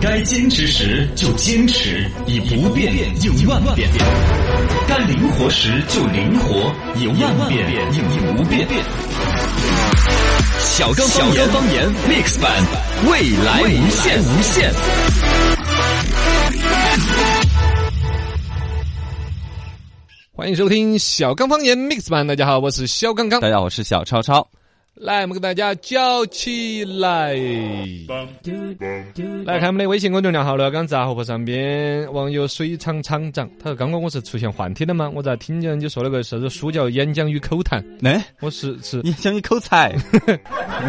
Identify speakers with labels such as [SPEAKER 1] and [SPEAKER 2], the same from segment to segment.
[SPEAKER 1] 该坚持时就坚持，以不变应万变；该灵活时就灵活，以万变应不变。小刚方言方言 mix 版，未来无限无限。
[SPEAKER 2] 欢迎收听小刚方言 Mix 版，大家好，我是小刚刚
[SPEAKER 3] 大，家好，我是小超超。
[SPEAKER 2] 来，我们给大家叫起来。来看我们的微信公众号“乐刚杂货铺”上边，网友水厂厂长，他说：“刚刚我是出现幻听了吗？我咋听见你说了个啥子书叫演讲与口谈？
[SPEAKER 3] 哎，
[SPEAKER 2] 我是是
[SPEAKER 3] 你想你口才，你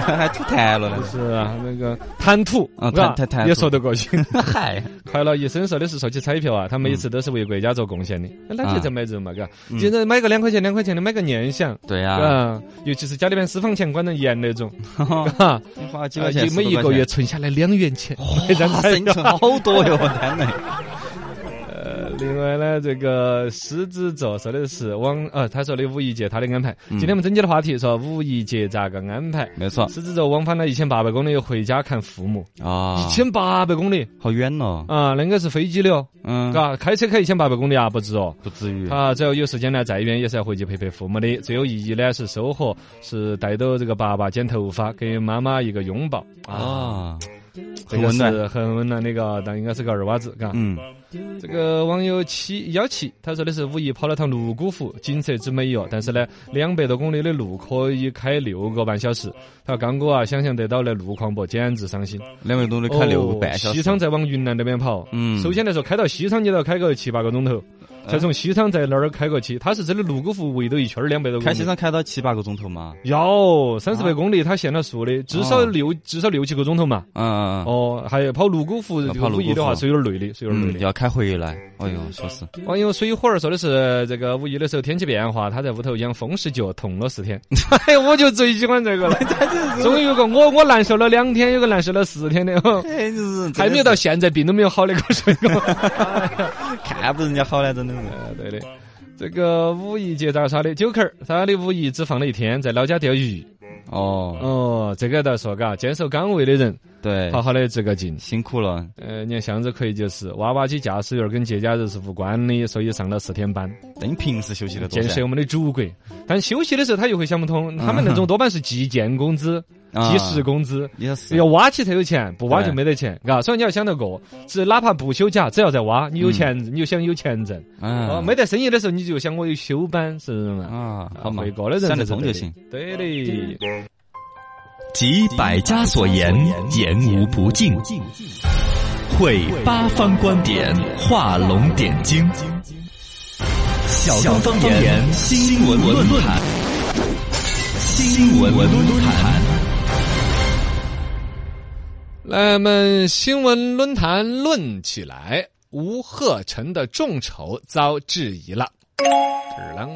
[SPEAKER 3] 看还吐痰了呢。
[SPEAKER 2] 是啊，那个谈吐
[SPEAKER 3] 啊
[SPEAKER 2] 是吧
[SPEAKER 3] 谈谈谈吐
[SPEAKER 2] 也说得过
[SPEAKER 3] 嗯
[SPEAKER 2] 去。
[SPEAKER 3] 嗨，
[SPEAKER 2] 快乐医生说的是说起彩票啊，他每一次都是为国家做贡献的，那哪
[SPEAKER 3] 嗯啊嗯
[SPEAKER 2] 就在买人嘛，嘎、现在买个两块钱两块钱的，买个念想。”
[SPEAKER 3] 对 呀，哦
[SPEAKER 2] 啊，尤其是家里面私房钱管得严那种，
[SPEAKER 3] 花
[SPEAKER 2] 哈，
[SPEAKER 3] 几块
[SPEAKER 2] 啊
[SPEAKER 3] 钱，
[SPEAKER 2] 一每一个月存下来两元钱，买张
[SPEAKER 3] 哇
[SPEAKER 2] 彩
[SPEAKER 3] 塞，你
[SPEAKER 2] 票。
[SPEAKER 3] 存好多哟，天呐！
[SPEAKER 2] 呃另外呢，这个狮子座说的是网呃，他说的五一节他的安排。
[SPEAKER 3] 嗯
[SPEAKER 2] 今天我们整体的话题说五一节咋个安排？
[SPEAKER 3] 没错
[SPEAKER 2] 狮子座往返了一千八百公里回家看父母，
[SPEAKER 3] 啊
[SPEAKER 2] 一，千八百公里
[SPEAKER 3] 好远哦。
[SPEAKER 2] 啊，那个是飞机的哦，
[SPEAKER 3] 嗯，
[SPEAKER 2] 嘎，开车开一千八百公里啊，不止哦。
[SPEAKER 3] 不至于。
[SPEAKER 2] 啊，只要有时间呢，再远也是要回去陪陪父母的。最有意义呢是收获，是带到这个爸爸剪头发，给妈妈一个拥抱啊，
[SPEAKER 3] 啊，
[SPEAKER 2] 这
[SPEAKER 3] 很
[SPEAKER 2] 个
[SPEAKER 3] 温暖
[SPEAKER 2] 是很温暖的一个，但应该是个二娃子，嘎。
[SPEAKER 3] 嗯，
[SPEAKER 2] 这个网友七幺七他说的是五一跑了趟泸沽湖，景色之美哟，但是呢，两百多公里的路可以开六个半小时。他说刚哥啊，想象得到那路况不，简直伤心。
[SPEAKER 3] 两位东西开六个半小
[SPEAKER 2] 哦
[SPEAKER 3] 时。
[SPEAKER 2] 西昌再往云南那边跑，
[SPEAKER 3] 嗯
[SPEAKER 2] 首先来说，开到西昌就要开个七八个钟头，再从西昌在那儿开过去，它是真的泸沽湖围到一圈儿两百多公里。
[SPEAKER 3] 开西昌开到七八个钟头嘛。
[SPEAKER 2] 要三四百公里，它限了速的，至少
[SPEAKER 3] 哦
[SPEAKER 2] 六至少六七个钟头嘛。
[SPEAKER 3] 嗯嗯嗯
[SPEAKER 2] 哦，还有跑泸沽湖这
[SPEAKER 3] 要
[SPEAKER 2] 个
[SPEAKER 3] 啊跑泸沽
[SPEAKER 2] 五一的话
[SPEAKER 3] 湖
[SPEAKER 2] 是有点累的，是有点哦
[SPEAKER 3] 嗯，
[SPEAKER 2] 累的。
[SPEAKER 3] 要开回来。哎呦，确实。
[SPEAKER 2] 网友水火儿说的是，这个五一的时候天气变化，他在屋头养风湿脚，痛了四 天。哎，我就最喜欢这个了。终于有个我我难受了两天，有个难受了四天的， 哦
[SPEAKER 3] 哎，就是
[SPEAKER 2] 还没有到现在病都没有好的个 水果。
[SPEAKER 3] 看不人家好来，真的。
[SPEAKER 2] 呃，对的。这个五一节咋耍的？九口儿，他的五一只放了一天，在老家钓鱼。
[SPEAKER 3] 哦，
[SPEAKER 2] 哦，这个倒说嘎，坚守岗位的人，
[SPEAKER 3] 对
[SPEAKER 2] 好，好的这个劲。
[SPEAKER 3] 辛苦了。
[SPEAKER 2] 呃，你看向日葵就是娃娃机驾驶员跟节假日是无关的，所以上了四天班。
[SPEAKER 3] 那你平时休息的多
[SPEAKER 2] 建
[SPEAKER 3] 噻
[SPEAKER 2] 设？我们的祖国。但休息的时候他又会想不通，他们那种多半是计件工资、
[SPEAKER 3] 嗯 啊
[SPEAKER 2] 计时工资，
[SPEAKER 3] 也是
[SPEAKER 2] 要挖起才有钱，不挖
[SPEAKER 3] 对
[SPEAKER 2] 就没得钱，嘎。所以你要想得过，只哪怕不休假，只要在挖，你有钱，你就想有钱挣。哦，
[SPEAKER 3] 嗯
[SPEAKER 2] 没得生意的时候，你就想我有休班，是不是嘛？
[SPEAKER 3] 啊，好嘛
[SPEAKER 2] 会，过的人
[SPEAKER 3] 想
[SPEAKER 2] 才
[SPEAKER 3] 得
[SPEAKER 2] 是
[SPEAKER 3] 通
[SPEAKER 2] 对
[SPEAKER 3] 就
[SPEAKER 2] 的
[SPEAKER 3] 行。。
[SPEAKER 2] 对的。
[SPEAKER 1] 集百家所言，言无不尽；汇八方观点，画龙点睛。小方言新闻论坛，新闻论坛。
[SPEAKER 2] 来，我们新闻论坛论起来，吴鹤臣的众筹遭质疑了。啷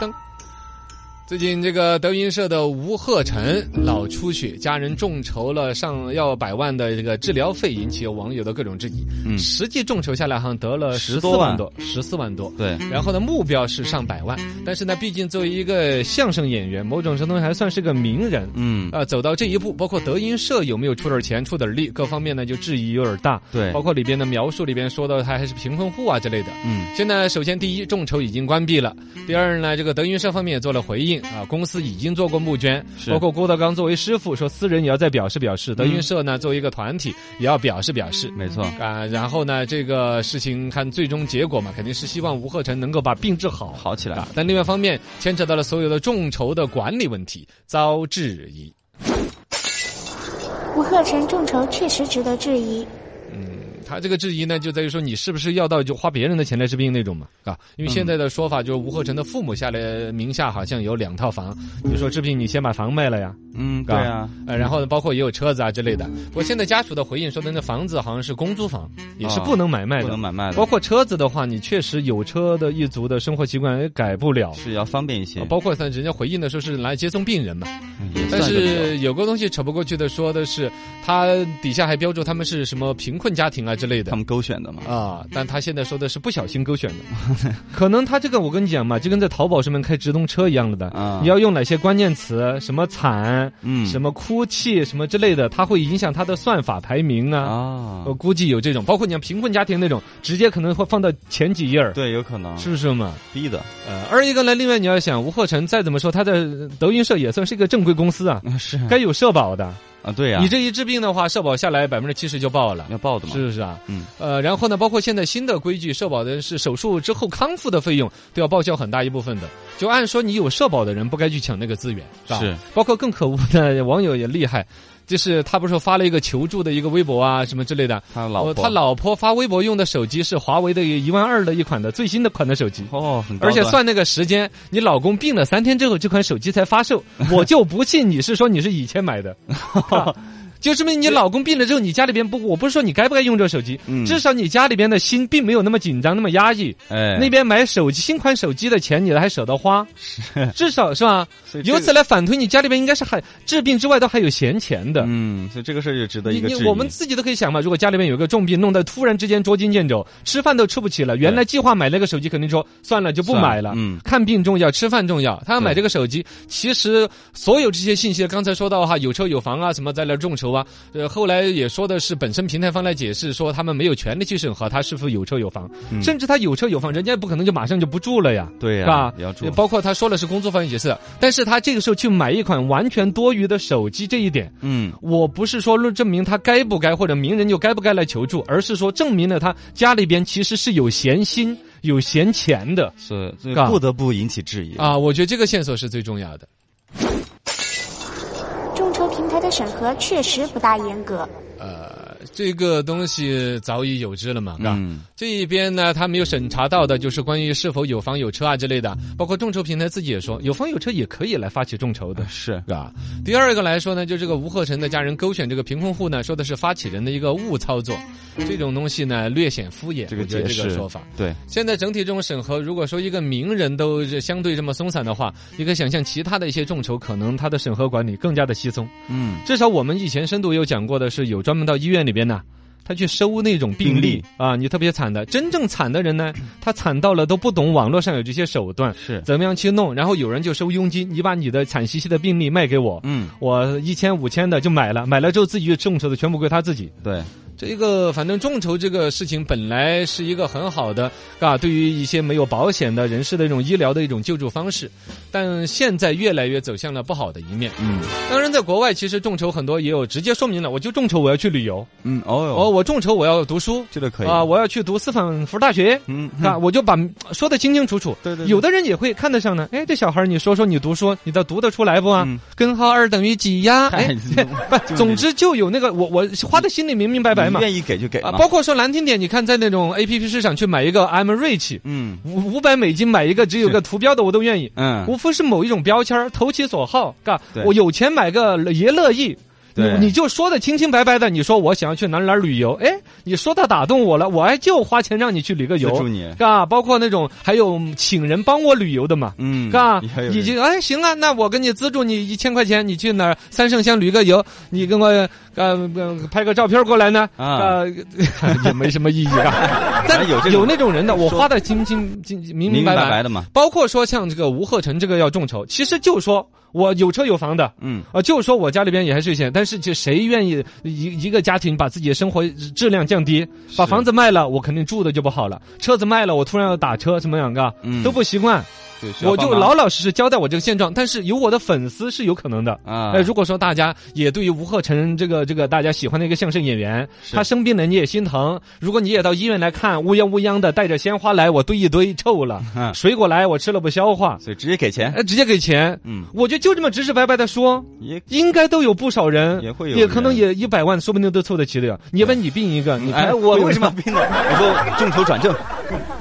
[SPEAKER 2] 当。最近这个德云社的吴鹤臣老出血，家人众筹了上要百万的这个治疗费，引起网友的各种质疑。
[SPEAKER 3] 嗯
[SPEAKER 2] 实际众筹下来好像得了
[SPEAKER 3] 十
[SPEAKER 2] 14
[SPEAKER 3] 多
[SPEAKER 2] 万
[SPEAKER 3] 万
[SPEAKER 2] 多，十四万多。
[SPEAKER 3] 对，
[SPEAKER 2] 然后呢，目标是上百万，但是呢，毕竟作为一个相声演员，某种程度上还算是个名人，
[SPEAKER 3] 嗯，
[SPEAKER 2] 呃，走到这一步，包括德云社有没有出点钱、出点力，各方面呢就质疑有点大。
[SPEAKER 3] 对
[SPEAKER 2] 包，括里边的描述里边说到他还是贫困户啊之类的。
[SPEAKER 3] 嗯，
[SPEAKER 2] 现在首先第一，众筹已经关闭了；第二呢，这个德云社方面也做了回应啊，公司已经做过募捐，
[SPEAKER 3] 是嗯
[SPEAKER 2] 包括郭德纲作为师傅说，私人也要再表示表示，德云社呢作为一个团体也要表示表示。
[SPEAKER 3] 没错，
[SPEAKER 2] 啊，然后呢，这个事情看最终结果嘛，肯定是希望吴鹤臣能够把病治好。
[SPEAKER 3] 好起来
[SPEAKER 2] 啊。，但另外一方面牵扯到了所有的众筹的管理问题，遭质疑。
[SPEAKER 4] 吴鹤臣众筹确实值得质疑。
[SPEAKER 2] 他这个质疑呢，就在于说你是不是要到就花别人的钱来治病那种嘛，啊？因为现在的说法就是吴鹤臣的父母下来名下好像有两套房，你说治病你先把房卖了呀，
[SPEAKER 3] 嗯，
[SPEAKER 2] 嘎
[SPEAKER 3] 对啊，
[SPEAKER 2] 呃，然后呢包括也有车子啊之类的。不过现在家属的回应说的那房子好像是公租房，也是不能买卖
[SPEAKER 3] 不
[SPEAKER 2] 的
[SPEAKER 3] 能。买卖的，
[SPEAKER 2] 包括车子的话，你确实有车的一族的生活习惯也改不了。
[SPEAKER 3] 是要方便一些，
[SPEAKER 2] 包括像人家回应的时候是来接送病人嘛，
[SPEAKER 3] 嗯也
[SPEAKER 2] 但
[SPEAKER 3] 算个比较
[SPEAKER 2] 是有个东西扯不过去的，说的是他底下还标注他们是什么贫困家庭啊之类的
[SPEAKER 3] 他。们勾选的嘛，
[SPEAKER 2] 啊，但他现在说的是不小心勾选的， 可能他这个我跟你讲嘛，就跟在淘宝上面开直通车一样了的。
[SPEAKER 3] 啊
[SPEAKER 2] 你要用哪些关键词，什么惨，
[SPEAKER 3] 嗯
[SPEAKER 2] 什么哭泣，什么之类的，它会影响它的算法排名啊。
[SPEAKER 3] 啊
[SPEAKER 2] 我，估计有这种，包括你像贫困家庭那种，直接可能会放到前几页儿，
[SPEAKER 3] 对，有可能
[SPEAKER 2] 是不是嘛？
[SPEAKER 3] 低的，
[SPEAKER 2] 呃，二一个呢，另外你要想，吴鹤臣再怎么说，他在德云社也算是一个正规公司啊，
[SPEAKER 3] 嗯是
[SPEAKER 2] 该有社保的。
[SPEAKER 3] 啊，对呀
[SPEAKER 2] 你，这一治病的话，社保下来百分之七十就报了。
[SPEAKER 3] 要报的嘛，
[SPEAKER 2] 是不是啊？
[SPEAKER 3] 嗯，
[SPEAKER 2] 呃，然后呢，包括现在新的规矩，社保的是手术之后康复的费用都要报销很大一部分的。就按说你有社保的人不该去抢那个资源，吧
[SPEAKER 3] 是
[SPEAKER 2] 包括更可恶的网友也厉害，就是他不是发了一个求助的一个微博啊什么之类的，
[SPEAKER 3] 他老
[SPEAKER 2] 我
[SPEAKER 3] 婆，
[SPEAKER 2] 他老婆发微博用的手机是华为的一万二的一款的最新的款的手机。
[SPEAKER 3] 哦，很高
[SPEAKER 2] 而且
[SPEAKER 3] 端
[SPEAKER 2] 算那个时间，你老公病了三天之后，这款手机才发 售。我就不信你是说你是以前买的，啊就证明你老公病了之后，你家里边不，我不是说你该不该用这手机，
[SPEAKER 3] 嗯
[SPEAKER 2] 至少你家里边的心并没有那么紧张，那么压抑。
[SPEAKER 3] 哎
[SPEAKER 2] 那边买手机新款手机的钱，你还舍得花，至少是吧？
[SPEAKER 3] 所以这
[SPEAKER 2] 由
[SPEAKER 3] 个
[SPEAKER 2] 此来反推，你家里边应该是还治病之外都还有闲钱的。
[SPEAKER 3] 嗯，所以这个事儿就值得
[SPEAKER 2] 你
[SPEAKER 3] 一个
[SPEAKER 2] 你
[SPEAKER 3] 质疑。
[SPEAKER 2] 我们自己都可以想嘛，如果家里面有个重病，弄得突然之间捉襟见肘，吃饭都吃不起了，原来计划买那个手机，肯定说算了就不
[SPEAKER 3] 算
[SPEAKER 2] 买了。
[SPEAKER 3] 嗯，
[SPEAKER 2] 看病重要，吃饭重要。他要买
[SPEAKER 3] 对
[SPEAKER 2] 这个手机，其实所有这些信息，刚才说到哈，有车有房啊，什么在那儿众筹啊，呃，后来也说的是本身平台方来解释说，他们没有权利去审核他是否有车有房，
[SPEAKER 3] 嗯
[SPEAKER 2] 甚至他有车有房，人家也不可能就马上就不住了呀。
[SPEAKER 3] 对
[SPEAKER 2] 是
[SPEAKER 3] 呀
[SPEAKER 2] 吧，
[SPEAKER 3] 也要注意。
[SPEAKER 2] 包括他说的是工作方面解释，但是他这个时候去买一款完全多余的手机，这一点，
[SPEAKER 3] 嗯，
[SPEAKER 2] 我不是说论证明他该不该或者名人就该不该来求助，而是说证明了他家里边其实是有闲心、有闲钱的。
[SPEAKER 3] 是，所以
[SPEAKER 2] 嘎
[SPEAKER 3] 不得不引起质疑。
[SPEAKER 2] 啊，我觉得这个线索是最重要的。
[SPEAKER 4] 众筹平台的审核确实不大严格。
[SPEAKER 2] 呃，这个东西早已有之了嘛，是吧？
[SPEAKER 3] 嗯，
[SPEAKER 2] 这一边呢，他没有审查到的就是关于是否有房有车啊之类的，包括众筹平台自己也说，有房有车也可以来发起众筹的。
[SPEAKER 3] 是，
[SPEAKER 2] 是吧？第二个来说呢，就这个吴鹤臣的家人勾选这个贫困户呢，说的是发起人的一个误操作，这种东西呢略显敷衍。
[SPEAKER 3] 这个
[SPEAKER 2] 我觉得
[SPEAKER 3] 解
[SPEAKER 2] 这个
[SPEAKER 3] 释
[SPEAKER 2] 说法，
[SPEAKER 3] 对，
[SPEAKER 2] 现在整体这种审核，如果说一个名人都是相对这么松散的话，你可以想象其他的一些众筹，可能他的审核管理更加的稀松。
[SPEAKER 3] 嗯，
[SPEAKER 2] 至少我们以前深度有讲过的是，有专门到医院里边呢，他去收那种病
[SPEAKER 3] 病
[SPEAKER 2] 例
[SPEAKER 3] 例嗯
[SPEAKER 2] 啊，你特别惨的，真正惨的人呢，他惨到了都不懂网络上有这些手段，
[SPEAKER 3] 是，
[SPEAKER 2] 怎么样去弄，然后有人就收佣金，你把你的惨兮兮的病例卖给我。
[SPEAKER 3] 嗯，
[SPEAKER 2] 我一千五千的就买了，买了之后自己众筹的全部归他自己。
[SPEAKER 3] 对，
[SPEAKER 2] 这个反正众筹这个事情本来是一个很好的，啊，对于一些没有保险的人士的一种医疗的一种救助方式，但现在越来越走向了不好的一面。
[SPEAKER 3] 嗯，
[SPEAKER 2] 当然，在国外其实众筹很多也有直接说明了，我就众筹我要去旅游，
[SPEAKER 3] 嗯，哦
[SPEAKER 2] 哦，
[SPEAKER 3] 哟，
[SPEAKER 2] 我众筹我要读书
[SPEAKER 3] 这个可以
[SPEAKER 2] 啊、，我要去读斯坦福大学。
[SPEAKER 3] 嗯，
[SPEAKER 2] 啊，我就把说的清清楚楚。
[SPEAKER 3] 对对对
[SPEAKER 2] 有的人也会看得上呢。哎，这小孩儿你说说你读书，你倒读得出来不啊？
[SPEAKER 3] 嗯
[SPEAKER 2] 根号二等于几 呀？哎，不，总之就有那个我我花的心里明明白
[SPEAKER 3] 拜
[SPEAKER 2] 白嘛。
[SPEAKER 3] 愿意给就给
[SPEAKER 2] 啊，
[SPEAKER 3] 嘛
[SPEAKER 2] 包括说难听点，你看在那种 A P P 市场去买一个 I'm rich，
[SPEAKER 3] 嗯
[SPEAKER 2] 五五百美金买一个只有个图标的我都愿意，
[SPEAKER 3] 嗯，
[SPEAKER 2] 无非是某一种标签儿投其所好，嘎
[SPEAKER 3] 对，
[SPEAKER 2] 我有钱买个也乐意。你
[SPEAKER 3] 对
[SPEAKER 2] 你就说的清清白白的，你说我想要去哪儿哪儿旅游，哎，你说到打动我了，我还就花钱让你去旅个
[SPEAKER 3] 资
[SPEAKER 2] 游
[SPEAKER 3] 助，你，
[SPEAKER 2] 嘎，包括那种还有请人帮我旅游的嘛，
[SPEAKER 3] 嗯，
[SPEAKER 2] 嘎
[SPEAKER 3] 也有，人
[SPEAKER 2] 已经哎行啊，那我给你资助你一千块钱，你去哪儿三圣乡旅个游，你跟我呃呃拍个照片过来呢，
[SPEAKER 3] 啊
[SPEAKER 2] 呃也没什么意义啊，但
[SPEAKER 3] 反正有这种
[SPEAKER 2] 有那种人的，我花的清清清明
[SPEAKER 3] 明明
[SPEAKER 2] 白
[SPEAKER 3] 白白的嘛，
[SPEAKER 2] 包括说像这个吴鹤臣这个要众筹，其实就说我有车有房的。
[SPEAKER 3] 嗯，
[SPEAKER 2] 啊，就说我家里边也还是有钱，但是就谁愿意一一个家庭把自己的生活质量降低，把
[SPEAKER 3] 是
[SPEAKER 2] 房子卖了，我肯定住的就不好了；车子卖了，我突然要打车，什么样的、
[SPEAKER 3] 嗯
[SPEAKER 2] 都不习惯，
[SPEAKER 3] 对，需要
[SPEAKER 2] 我就
[SPEAKER 3] 帮忙
[SPEAKER 2] 老老实实交代我这个现状。但是有我的粉丝是有可能的。
[SPEAKER 3] 啊，
[SPEAKER 2] 哎，如果说大家也对于吴鹤臣这个这个大家喜欢的一个相声演员，
[SPEAKER 3] 是
[SPEAKER 2] 他生病了你也心疼，如果你也到医院来看，乌泱乌泱的带着鲜花来，我堆一堆臭了，
[SPEAKER 3] 嗯
[SPEAKER 2] 水果来我吃了不消化，
[SPEAKER 3] 所以直接给钱，
[SPEAKER 2] 哎，直接给钱，
[SPEAKER 3] 嗯，
[SPEAKER 2] 我觉得就这么直直白白的说，
[SPEAKER 3] 也
[SPEAKER 2] 应该都有不少人，
[SPEAKER 3] 也会有
[SPEAKER 2] 也
[SPEAKER 3] 人
[SPEAKER 2] 可能也一百万，说不定都凑得齐的呀。你问你病一个，你看
[SPEAKER 3] 哎，我
[SPEAKER 2] 会有
[SPEAKER 3] 为什么病呢？我说众筹转正，
[SPEAKER 2] 哎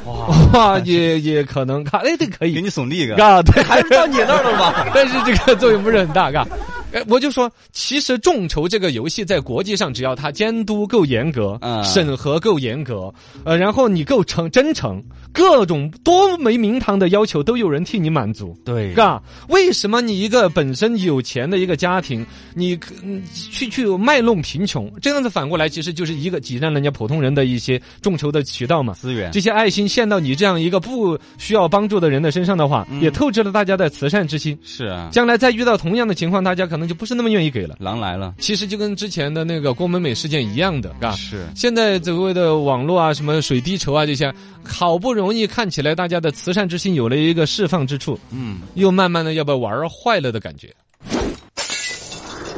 [SPEAKER 2] 哇，也也可能看，哎，这可
[SPEAKER 3] 给
[SPEAKER 2] 以，
[SPEAKER 3] 你耸立一个，
[SPEAKER 2] 嘎，对，
[SPEAKER 3] 还是到你那儿了吧？
[SPEAKER 2] 但是这个作用不是很大，嘎。哎，我就说，其实众筹这个游戏在国际上，只要它监督够严格，
[SPEAKER 3] 嗯
[SPEAKER 2] 审核够严格，呃，然后你够诚真诚，各种多没名堂的要求都有人替你满足。
[SPEAKER 3] 对
[SPEAKER 2] 嘎，为什么你一个本身有钱的一个家庭，你可嗯去去卖弄贫穷，这样子反过来其实就是一个挤占人家普通人的一些众筹的渠道嘛。
[SPEAKER 3] 资源
[SPEAKER 2] 这些爱心献到你这样一个不需要帮助的人的身上的话，也透支了大家的慈善之心。
[SPEAKER 3] 是啊，
[SPEAKER 2] 将来再遇到同样的情况，大家可能就不是那么愿意给了。
[SPEAKER 3] 狼来了，
[SPEAKER 2] 其实就跟之前的那个郭美美事件一样的，嘎。
[SPEAKER 3] 是
[SPEAKER 2] 现在所谓的网络啊，什么水滴筹啊这些，好不容易看起来大家的慈善之心有了一个释放之处，
[SPEAKER 3] 嗯，
[SPEAKER 2] 又慢慢的要被玩坏了的感觉。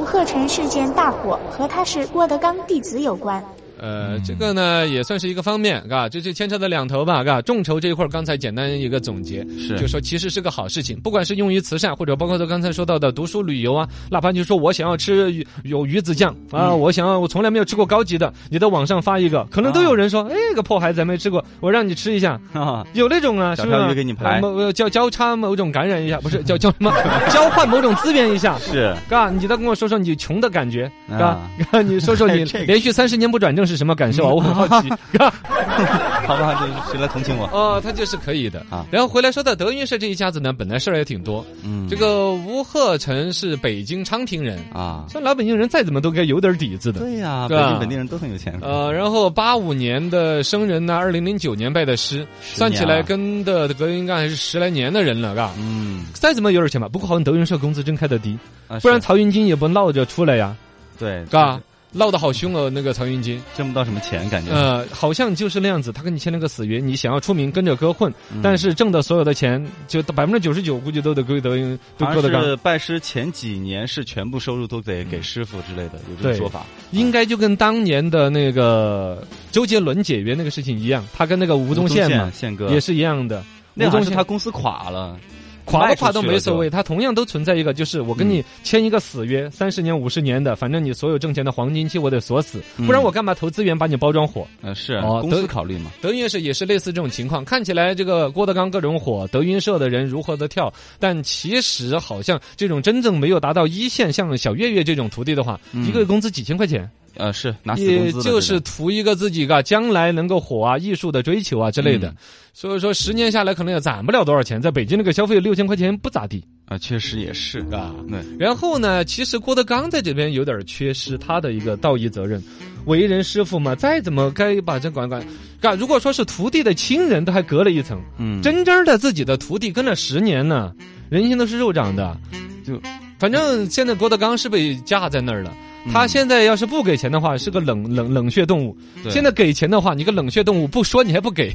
[SPEAKER 4] 吴鹤臣事件大火和他是郭德纲弟子有关。
[SPEAKER 2] 呃，这个呢也算是一个方面，嘎，这就牵扯到两头吧，嘎。众筹这一块儿刚才简单一个总结，
[SPEAKER 3] 是
[SPEAKER 2] 就说其实是个好事情，不管是用于慈善，或者包括到刚才说到的读书旅游啊，哪怕就说我想要吃鱼有鱼子酱啊，
[SPEAKER 3] 嗯
[SPEAKER 2] 我想要我从来没有吃过高级的，你在网上发一个，可能都有人说，哎，个破孩子还没吃过，我让你吃一下，
[SPEAKER 3] 啊，
[SPEAKER 2] 有那种啊，
[SPEAKER 3] 小
[SPEAKER 2] 是不是
[SPEAKER 3] 条
[SPEAKER 2] 啊？
[SPEAKER 3] 鱼给你排
[SPEAKER 2] 呃某呃交交叉某种感染一下，不是叫叫什么？ 交换某种资源一下。
[SPEAKER 3] 是
[SPEAKER 2] 嘎，你再跟我说说你穷的感觉，嘎
[SPEAKER 3] 啊，
[SPEAKER 2] 嘎，你说说 你
[SPEAKER 3] 这个
[SPEAKER 2] 连续三十年不转正是什么感 受啊？我很好奇，嘎。
[SPEAKER 3] 好吧，这谁来同情我？
[SPEAKER 2] 哦，他就是可以的
[SPEAKER 3] 啊。
[SPEAKER 2] 然后回来说到德云社这一家子呢，本来事儿也挺多。
[SPEAKER 3] 嗯，
[SPEAKER 2] 这个吴鹤臣是北京昌平人，
[SPEAKER 3] 啊，
[SPEAKER 2] 算老北京人，再怎么都该有点底子的。
[SPEAKER 3] 对呀，
[SPEAKER 2] 对
[SPEAKER 3] 北
[SPEAKER 2] 啊
[SPEAKER 3] 京本地人都很有钱，
[SPEAKER 2] 呃，然后八五年的生人呢，二零零九年拜的师，
[SPEAKER 3] 十
[SPEAKER 2] 算起
[SPEAKER 3] 年啊
[SPEAKER 2] 来跟的德云应该还是十来年的人了，嘎。
[SPEAKER 3] 嗯
[SPEAKER 2] 再怎么有点钱吧，不过好像德云社工资真开的低，
[SPEAKER 3] 啊，
[SPEAKER 2] 不
[SPEAKER 3] 是
[SPEAKER 2] 然曹云金也不闹着出来呀，
[SPEAKER 3] 对，
[SPEAKER 2] 嘎，闹得好凶哦，那个曹云金。
[SPEAKER 3] 挣不到什么钱，感觉
[SPEAKER 2] 呃，好像就是那样子，他跟你签了个死约，你想要出名跟着哥混，
[SPEAKER 3] 嗯
[SPEAKER 2] 但是挣的所有的钱，就百分之九十九估计都得归德云，都
[SPEAKER 3] 好
[SPEAKER 2] 郭德
[SPEAKER 3] 像
[SPEAKER 2] 纲，
[SPEAKER 3] 是拜师前几年是全部收入都得给师傅之类的，有这
[SPEAKER 2] 对
[SPEAKER 3] 个说法。
[SPEAKER 2] 应该就跟当年的那个周杰伦解约那个事情一样，他跟那个吴
[SPEAKER 3] 吴
[SPEAKER 2] 宗宪嘛，
[SPEAKER 3] 宪哥
[SPEAKER 2] 也是一样的。
[SPEAKER 3] 那
[SPEAKER 2] 吴
[SPEAKER 3] 好
[SPEAKER 2] 宗
[SPEAKER 3] 像是
[SPEAKER 2] 宪
[SPEAKER 3] 他公司垮了，
[SPEAKER 2] 垮不
[SPEAKER 3] 卖出
[SPEAKER 2] 垮都
[SPEAKER 3] 去
[SPEAKER 2] 没
[SPEAKER 3] 了嗯
[SPEAKER 2] 所
[SPEAKER 3] 就
[SPEAKER 2] 谓，他同样都存在一个，就是我跟你签一个死约，三十年、五十年的，反正你所有挣钱的黄金期我得锁死，不然
[SPEAKER 3] 嗯
[SPEAKER 2] 我干嘛投资源把你包装火？
[SPEAKER 3] 呃，是
[SPEAKER 2] 哦
[SPEAKER 3] 公
[SPEAKER 2] 德
[SPEAKER 3] 司考虑嘛，
[SPEAKER 2] 德云社也是类似这种情况，看起来这个郭德纲各种火，德云社的人如何的跳，但其实好像这种真正没有达到一线，像小岳岳这种徒弟的话，
[SPEAKER 3] 嗯
[SPEAKER 2] 一个月工资几千块钱，
[SPEAKER 3] 呃，是拿死工
[SPEAKER 2] 也
[SPEAKER 3] 资了
[SPEAKER 2] 就是
[SPEAKER 3] 这种
[SPEAKER 2] 图一个自己个将来能够火啊、艺术的追求啊之类的。
[SPEAKER 3] 嗯
[SPEAKER 2] 所以说，十年下来可能也攒不了多少钱，在北京那个消费六千块钱不咋地。
[SPEAKER 3] 啊，确实也是
[SPEAKER 2] 啊
[SPEAKER 3] 对，
[SPEAKER 2] 然后呢，其实郭德纲在这边有点缺失他的一个道义责任，为人师傅嘛，再怎么该把这管管，啊，如果说是徒弟的亲人，都还隔了一层，
[SPEAKER 3] 嗯，
[SPEAKER 2] 真真的自己的徒弟跟了十年呢，人心都是肉长的，就反正现在郭德纲是被架在那儿了。
[SPEAKER 3] 嗯
[SPEAKER 2] 他现在要是不给钱的话，是个冷冷冷血动物。
[SPEAKER 3] 对
[SPEAKER 2] 现在给钱的话，你个冷血动物不说你还不给，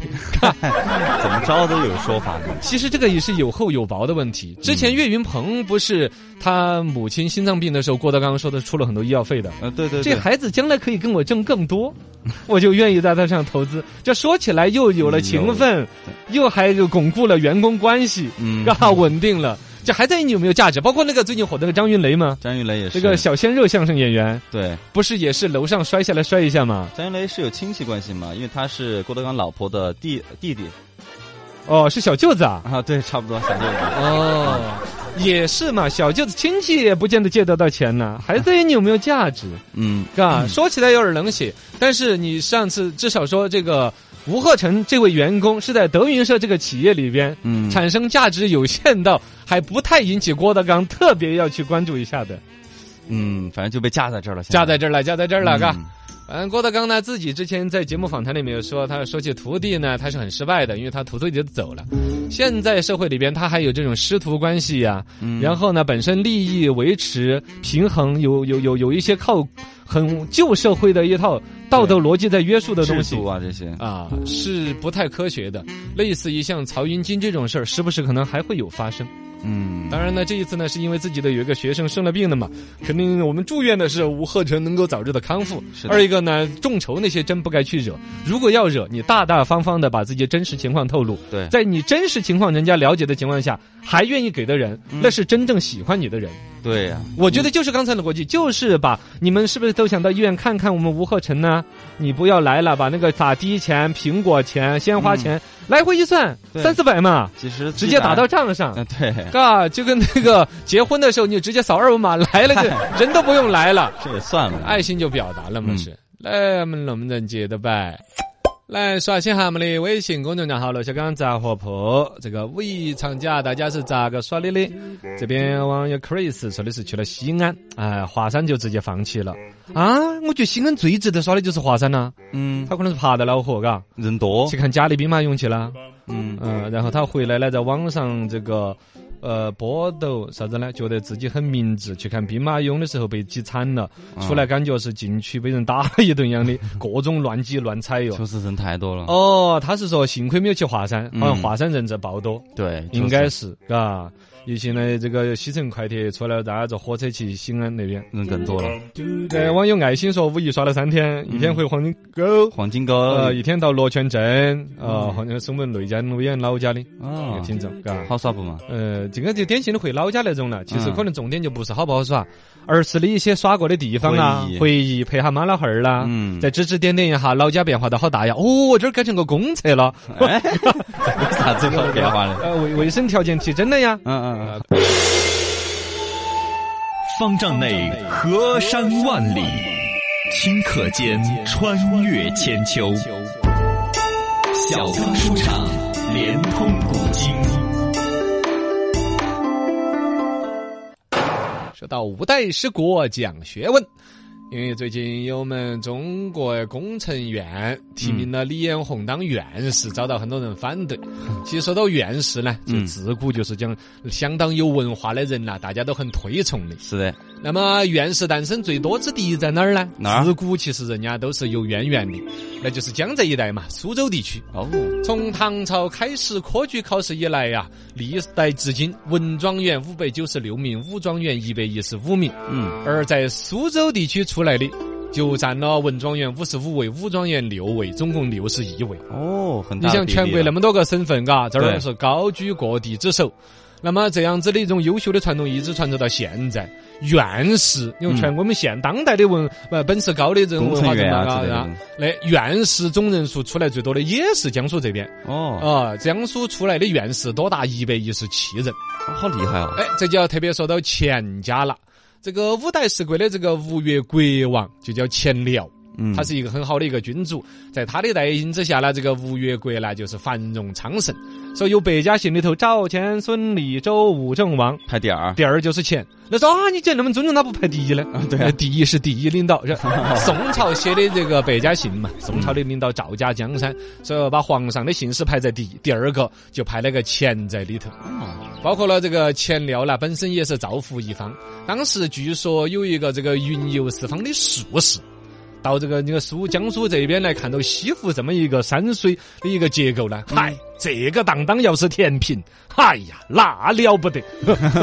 [SPEAKER 3] 怎么着都有说法 的，
[SPEAKER 2] 其实这个也是有厚有薄的问题。之前岳云鹏不是他母亲心脏病的时候，郭德纲说他出了很多医药费的。
[SPEAKER 3] 呃，对对
[SPEAKER 2] 这
[SPEAKER 3] 对，
[SPEAKER 2] 孩子将来可以跟我挣更多，我就愿意在他上投资。这说起来又有了情分，又还又巩固了员工关系，
[SPEAKER 3] 嗯
[SPEAKER 2] 然后稳定了。这还在意你有没有价值？包括那个最近火的那个张云雷嘛，
[SPEAKER 3] 张云雷也是
[SPEAKER 2] 这个小鲜肉相声演员，
[SPEAKER 3] 对，
[SPEAKER 2] 不是也是楼上摔下来摔一下吗？
[SPEAKER 3] 张云雷是有亲戚关系嘛，因为他是郭德纲老婆的弟弟弟
[SPEAKER 2] 哦，是小舅子啊。
[SPEAKER 3] 啊，对，差不多，小舅子，
[SPEAKER 2] 哦，也是嘛，小舅子亲戚也不见得借得到 钱呢，还在于你有没有价值，
[SPEAKER 3] 嗯，
[SPEAKER 2] 嘎、说起来有点冷血，但是你上次至少说这个吴鹤臣这位员工是在德云社这个企业里边，
[SPEAKER 3] 嗯
[SPEAKER 2] 产生价值有限到还不太引起郭德纲特别要去关注一下的，
[SPEAKER 3] 嗯，反正就被架在这儿了，现在
[SPEAKER 2] 架在这儿了，架在这儿了，嘎、
[SPEAKER 3] 嗯
[SPEAKER 2] 反正郭德纲呢，自己之前在节目访谈里面有说，他说起徒弟呢，他是很失败的，因为他徒弟就走了。现在社会里边，他还有这种师徒关系呀、
[SPEAKER 3] 嗯
[SPEAKER 2] 然后呢，本身利益维持平衡，有有有有一些靠很旧社会的一套道德逻辑在约束的东
[SPEAKER 3] 制
[SPEAKER 2] 西
[SPEAKER 3] 度啊这些，
[SPEAKER 2] 啊，是不太科学的。类似于像曹云金这种事儿，时不时可能还会有发生。
[SPEAKER 3] 嗯，
[SPEAKER 2] 当然呢，这一次呢，是因为自己的有一个学生生了病了嘛，肯定我们祝愿的是吴鹤臣能够早日的康复。
[SPEAKER 3] 是的
[SPEAKER 2] 二一个呢，众筹那些真不该去惹，如果要惹，你大大方方的把自己的真实情况透露。
[SPEAKER 3] 对
[SPEAKER 2] 在你真实情况人家了解的情况下，还愿意给的人，那是真正喜欢你的人。
[SPEAKER 3] 对呀，
[SPEAKER 2] 我觉得就是刚才的逻辑，就是把你们是不是都想到医院看看我们吴鹤臣呢？你不要来了，把那个打的钱、苹果钱、鲜花钱、来回一算
[SPEAKER 3] 对
[SPEAKER 2] 三四百嘛，
[SPEAKER 3] 其实
[SPEAKER 2] 直接打到账上。
[SPEAKER 3] 嗯对，
[SPEAKER 2] 啊，就跟那个结婚的时候，你就直接扫二维码来了，就人都不用来了，
[SPEAKER 3] 这也算了。
[SPEAKER 2] 爱心就表达了嘛是。来，我们龙门阵接着摆。来刷新下我们的微信公众账号“罗小刚杂货铺”。这个五一长假大家是咋个耍的呢？这边网友 Chris 说的是去了西安，哎，华山就直接放弃了啊！我觉得西安最值得耍的就是华山呐、
[SPEAKER 3] 嗯，
[SPEAKER 2] 他可能是爬得恼火，嘎，
[SPEAKER 3] 人多
[SPEAKER 2] 去，看加勒比马俑去了。
[SPEAKER 3] 嗯，
[SPEAKER 2] 嗯，然后他回来呢，在网上这个呃波斗啥子呢？觉得自己很明智，去看兵马俑的时候被挤惨了，
[SPEAKER 3] 啊
[SPEAKER 2] 出来感觉是进去被人打了一 顿一样的，各种乱挤乱踩哟
[SPEAKER 3] 确。实人太多了。
[SPEAKER 2] 哦，他是说幸亏没有去华山，好
[SPEAKER 3] 啊
[SPEAKER 2] 像
[SPEAKER 3] 嗯
[SPEAKER 2] 华山人这爆多，
[SPEAKER 3] 对，
[SPEAKER 2] 应该
[SPEAKER 3] 确实
[SPEAKER 2] 是啊嘎。一起呢，这个西城快铁出来，大家坐火车去西安那边。
[SPEAKER 3] 人更多了。
[SPEAKER 2] 呃，网友爱心说，五一耍了三天，一天回黄金沟，
[SPEAKER 3] 黄金
[SPEAKER 2] 呃，
[SPEAKER 3] 哥，
[SPEAKER 2] 一天到罗泉镇，呃，好像是我们内江威远老家的一个
[SPEAKER 3] 嗯啊，
[SPEAKER 2] 听众，嘎。
[SPEAKER 3] 好耍不嘛？
[SPEAKER 2] 呃，这个就典型的回老家那种了。其实
[SPEAKER 3] 嗯
[SPEAKER 2] 可能重点就不是好不好耍，而是你一些耍过的地方啊
[SPEAKER 3] 回，忆
[SPEAKER 2] 回忆陪下妈老汉儿啦，
[SPEAKER 3] 嗯
[SPEAKER 2] 再指指点点一下老家变化的好大呀。哦，这儿改成个公厕了，
[SPEAKER 3] 哎， 有啥子好变化的？
[SPEAKER 2] 呃，卫卫生条件提升了呀。
[SPEAKER 3] 嗯嗯嗯，
[SPEAKER 1] 方丈内河山万里，顷刻间穿越千秋。小刚书场，连通古今。
[SPEAKER 2] 说到五代十国讲学问，因为最近有我们中国工程院提名了李彦宏当院士，遭到很多人反对。其实说到院士呢，就
[SPEAKER 3] 嗯
[SPEAKER 2] 自古就是讲相当有文化的人呐、大家都很推崇的。
[SPEAKER 3] 是的，
[SPEAKER 2] 那么院士诞生最多之地在哪儿呢？
[SPEAKER 3] 哪儿
[SPEAKER 2] 自古其实人家都是有渊源的，那就是江浙一带嘛，苏州地区。
[SPEAKER 3] 哦，
[SPEAKER 2] 从唐朝开始科举考试以来呀、历代至今，文状元五百九十六名，武状元一百一十五名，
[SPEAKER 3] 嗯，
[SPEAKER 2] 而在苏州地区出来的。就占了文状元五十五位，武状元六位，总共六十一位。
[SPEAKER 3] 哦，很
[SPEAKER 2] 你
[SPEAKER 3] 大的
[SPEAKER 2] 想
[SPEAKER 3] 比例了。
[SPEAKER 2] 全国那么多个省份，嘎，这儿
[SPEAKER 3] 对
[SPEAKER 2] 是高居各地之首。那么这样子的一种优秀的传统一直传承到现在。院士，因为全国我们现当代的文呃本事高的这种
[SPEAKER 3] 工
[SPEAKER 2] 文化
[SPEAKER 3] 程
[SPEAKER 2] 人
[SPEAKER 3] 院
[SPEAKER 2] 嘛，
[SPEAKER 3] 啊
[SPEAKER 2] 嘎
[SPEAKER 3] 之类
[SPEAKER 2] 嘎
[SPEAKER 3] 的，。
[SPEAKER 2] 那院士总人数出来最多的也是江苏这边
[SPEAKER 3] 哦，
[SPEAKER 2] 啊、江苏出来的院士多达一百一十七人。
[SPEAKER 3] 好厉害哦！
[SPEAKER 2] 哎，这就要特别说到钱家了。这个五代十国的这个吴越国王就叫钱辽，
[SPEAKER 3] 嗯，
[SPEAKER 2] 他是一个很好的一个君主，在他的带领之下呢，这个吴越国呢就是繁荣昌盛。所以有百家姓里头，赵、钱、孙、李、周五郑王，
[SPEAKER 3] 排第二，
[SPEAKER 2] 第二就是钱。那说啊，你既然那么尊重他，不排第一呢？
[SPEAKER 3] 啊对啊
[SPEAKER 2] 呃第一是第一领 导。是吧宋朝写的这个百家姓嘛，
[SPEAKER 3] 嗯
[SPEAKER 2] 宋朝的领导赵家江山，所以把皇上的姓氏排在第第二个，就排了个钱在里头。
[SPEAKER 3] 哦
[SPEAKER 2] 包括了这个钱辽啦，本身也是造福一方。当时据说有一个这个云游四方的术士。到这个这个苏江苏这边来看到西湖这么一个山水的一个结构
[SPEAKER 3] 嗯
[SPEAKER 2] 呢，嗨，这个荡荡要是填平，哎呀，那 了不得！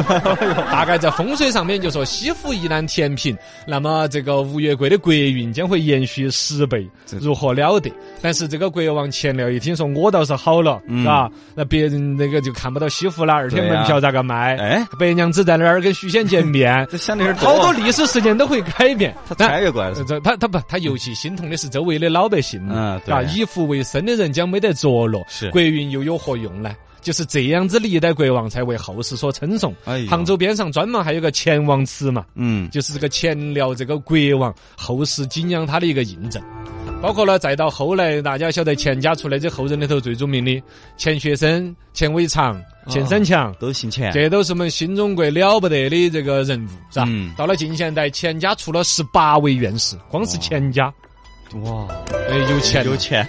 [SPEAKER 2] 大概在风水上面就说西湖一旦填平，那么这个吴越国的国运将会延续十倍，如何了得？但是这个国王钱辽一听说我倒是好了，是吧？那别人那个就看不到西湖了，而且
[SPEAKER 3] 嗯对呀
[SPEAKER 2] 门票咋个卖？
[SPEAKER 3] 哎，，
[SPEAKER 2] 白娘子在那儿跟许仙见面
[SPEAKER 3] 这想的有点
[SPEAKER 2] 好多啊
[SPEAKER 3] 哦
[SPEAKER 2] 历史事件都会改变。
[SPEAKER 3] 他
[SPEAKER 2] 但
[SPEAKER 3] 穿越过来
[SPEAKER 2] 呃
[SPEAKER 3] 了。
[SPEAKER 2] 这他他不，他尤其心痛的是周围的老百姓，
[SPEAKER 3] 嗯对
[SPEAKER 2] 啊，以服为生的人将没得着落，
[SPEAKER 3] 是
[SPEAKER 2] 国运又有何用呢？就是这样子，历代国王才为后世所称颂。
[SPEAKER 3] 哎呦
[SPEAKER 2] 杭州边上专门还有个钱王祠嘛，
[SPEAKER 3] 嗯，
[SPEAKER 2] 就是这个钱辽这个国王，后世敬仰他的一个印证。包括了，再到后来，大家晓得钱家出来这后人里头最著名的钱学森、钱伟长、钱三强，
[SPEAKER 3] 都姓钱。
[SPEAKER 2] 这都是我们新中国了不得的这个人物，是吧？
[SPEAKER 3] 嗯
[SPEAKER 2] 到了近现代，钱家出了十八位院士，光是钱家，
[SPEAKER 3] 哇，
[SPEAKER 2] 哦哎，有钱，
[SPEAKER 3] 有，钱。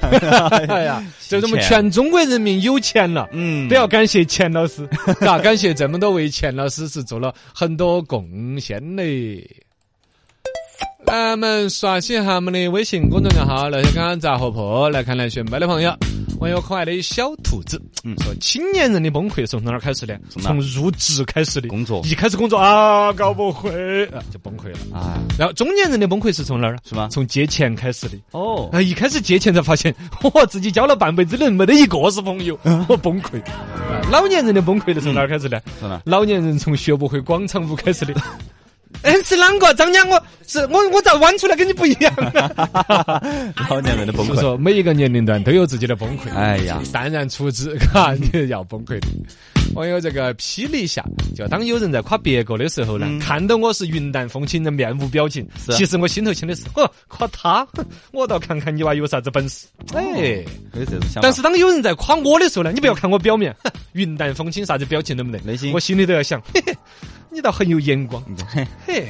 [SPEAKER 2] 哎呀，就这么
[SPEAKER 3] 钱
[SPEAKER 2] 全中国人民有钱了。
[SPEAKER 3] 嗯，
[SPEAKER 2] 都要感谢钱老 师，啊，感谢这么多位钱老师是做了很多贡献的。来，我们刷新一下我们的微信公众账号“那些刚刚杂货铺”，来看来选麦的朋友，网友可爱的小兔子，
[SPEAKER 3] 嗯
[SPEAKER 2] 说青年人的崩溃从哪儿开始呢？
[SPEAKER 3] 从哪儿
[SPEAKER 2] 从入职开始的，
[SPEAKER 3] 工作
[SPEAKER 2] 一开始工作啊，搞不会啊，就崩溃了。
[SPEAKER 3] 啊，
[SPEAKER 2] 然后中年人的崩溃是从哪儿？
[SPEAKER 3] 是吗？
[SPEAKER 2] 从借钱开始的。
[SPEAKER 3] 哦，
[SPEAKER 2] 啊！一开始借钱才发现，嚯，自己交了半辈子的人没得一个是朋友，
[SPEAKER 3] 嗯
[SPEAKER 2] 我崩溃。老年人的崩溃的从哪儿开始呢？
[SPEAKER 3] 是吗？
[SPEAKER 2] 老年人从学不会广场舞开始的。嗯，是啷个？张江，我是我，我咋弯出来跟你不一样呢？
[SPEAKER 3] 老年人的 崩
[SPEAKER 2] 所以
[SPEAKER 3] 溃。
[SPEAKER 2] 说，每一个年龄段都有自己的崩溃。
[SPEAKER 3] 哎呀，
[SPEAKER 2] 淡然处 之，嘎，啊你要崩溃的。网友这个霹雳下，就当有人在夸别个的时候呢，看到我是云淡风轻的面无表情，
[SPEAKER 3] 嗯啊
[SPEAKER 2] 其实我心头想的是，呵，夸他，哼我倒看看你娃有啥子本事。
[SPEAKER 3] 哦
[SPEAKER 2] 哎，
[SPEAKER 3] 有这种想法。
[SPEAKER 2] 但是当有人在夸我的时候呢，你不要看我表面， 哼云淡风轻，啥子表情都没得，
[SPEAKER 3] 内心嗯
[SPEAKER 2] 我心里都要想， 嘿嘿，你倒很有眼光，嘿，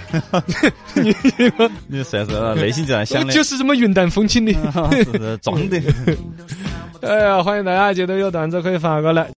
[SPEAKER 3] 你算是内心这样
[SPEAKER 2] 我
[SPEAKER 3] 想的，嗯
[SPEAKER 2] 就是这么云淡风轻的。
[SPEAKER 3] 是装的。
[SPEAKER 2] 哎呀，欢迎大家觉得有段子可以发过来。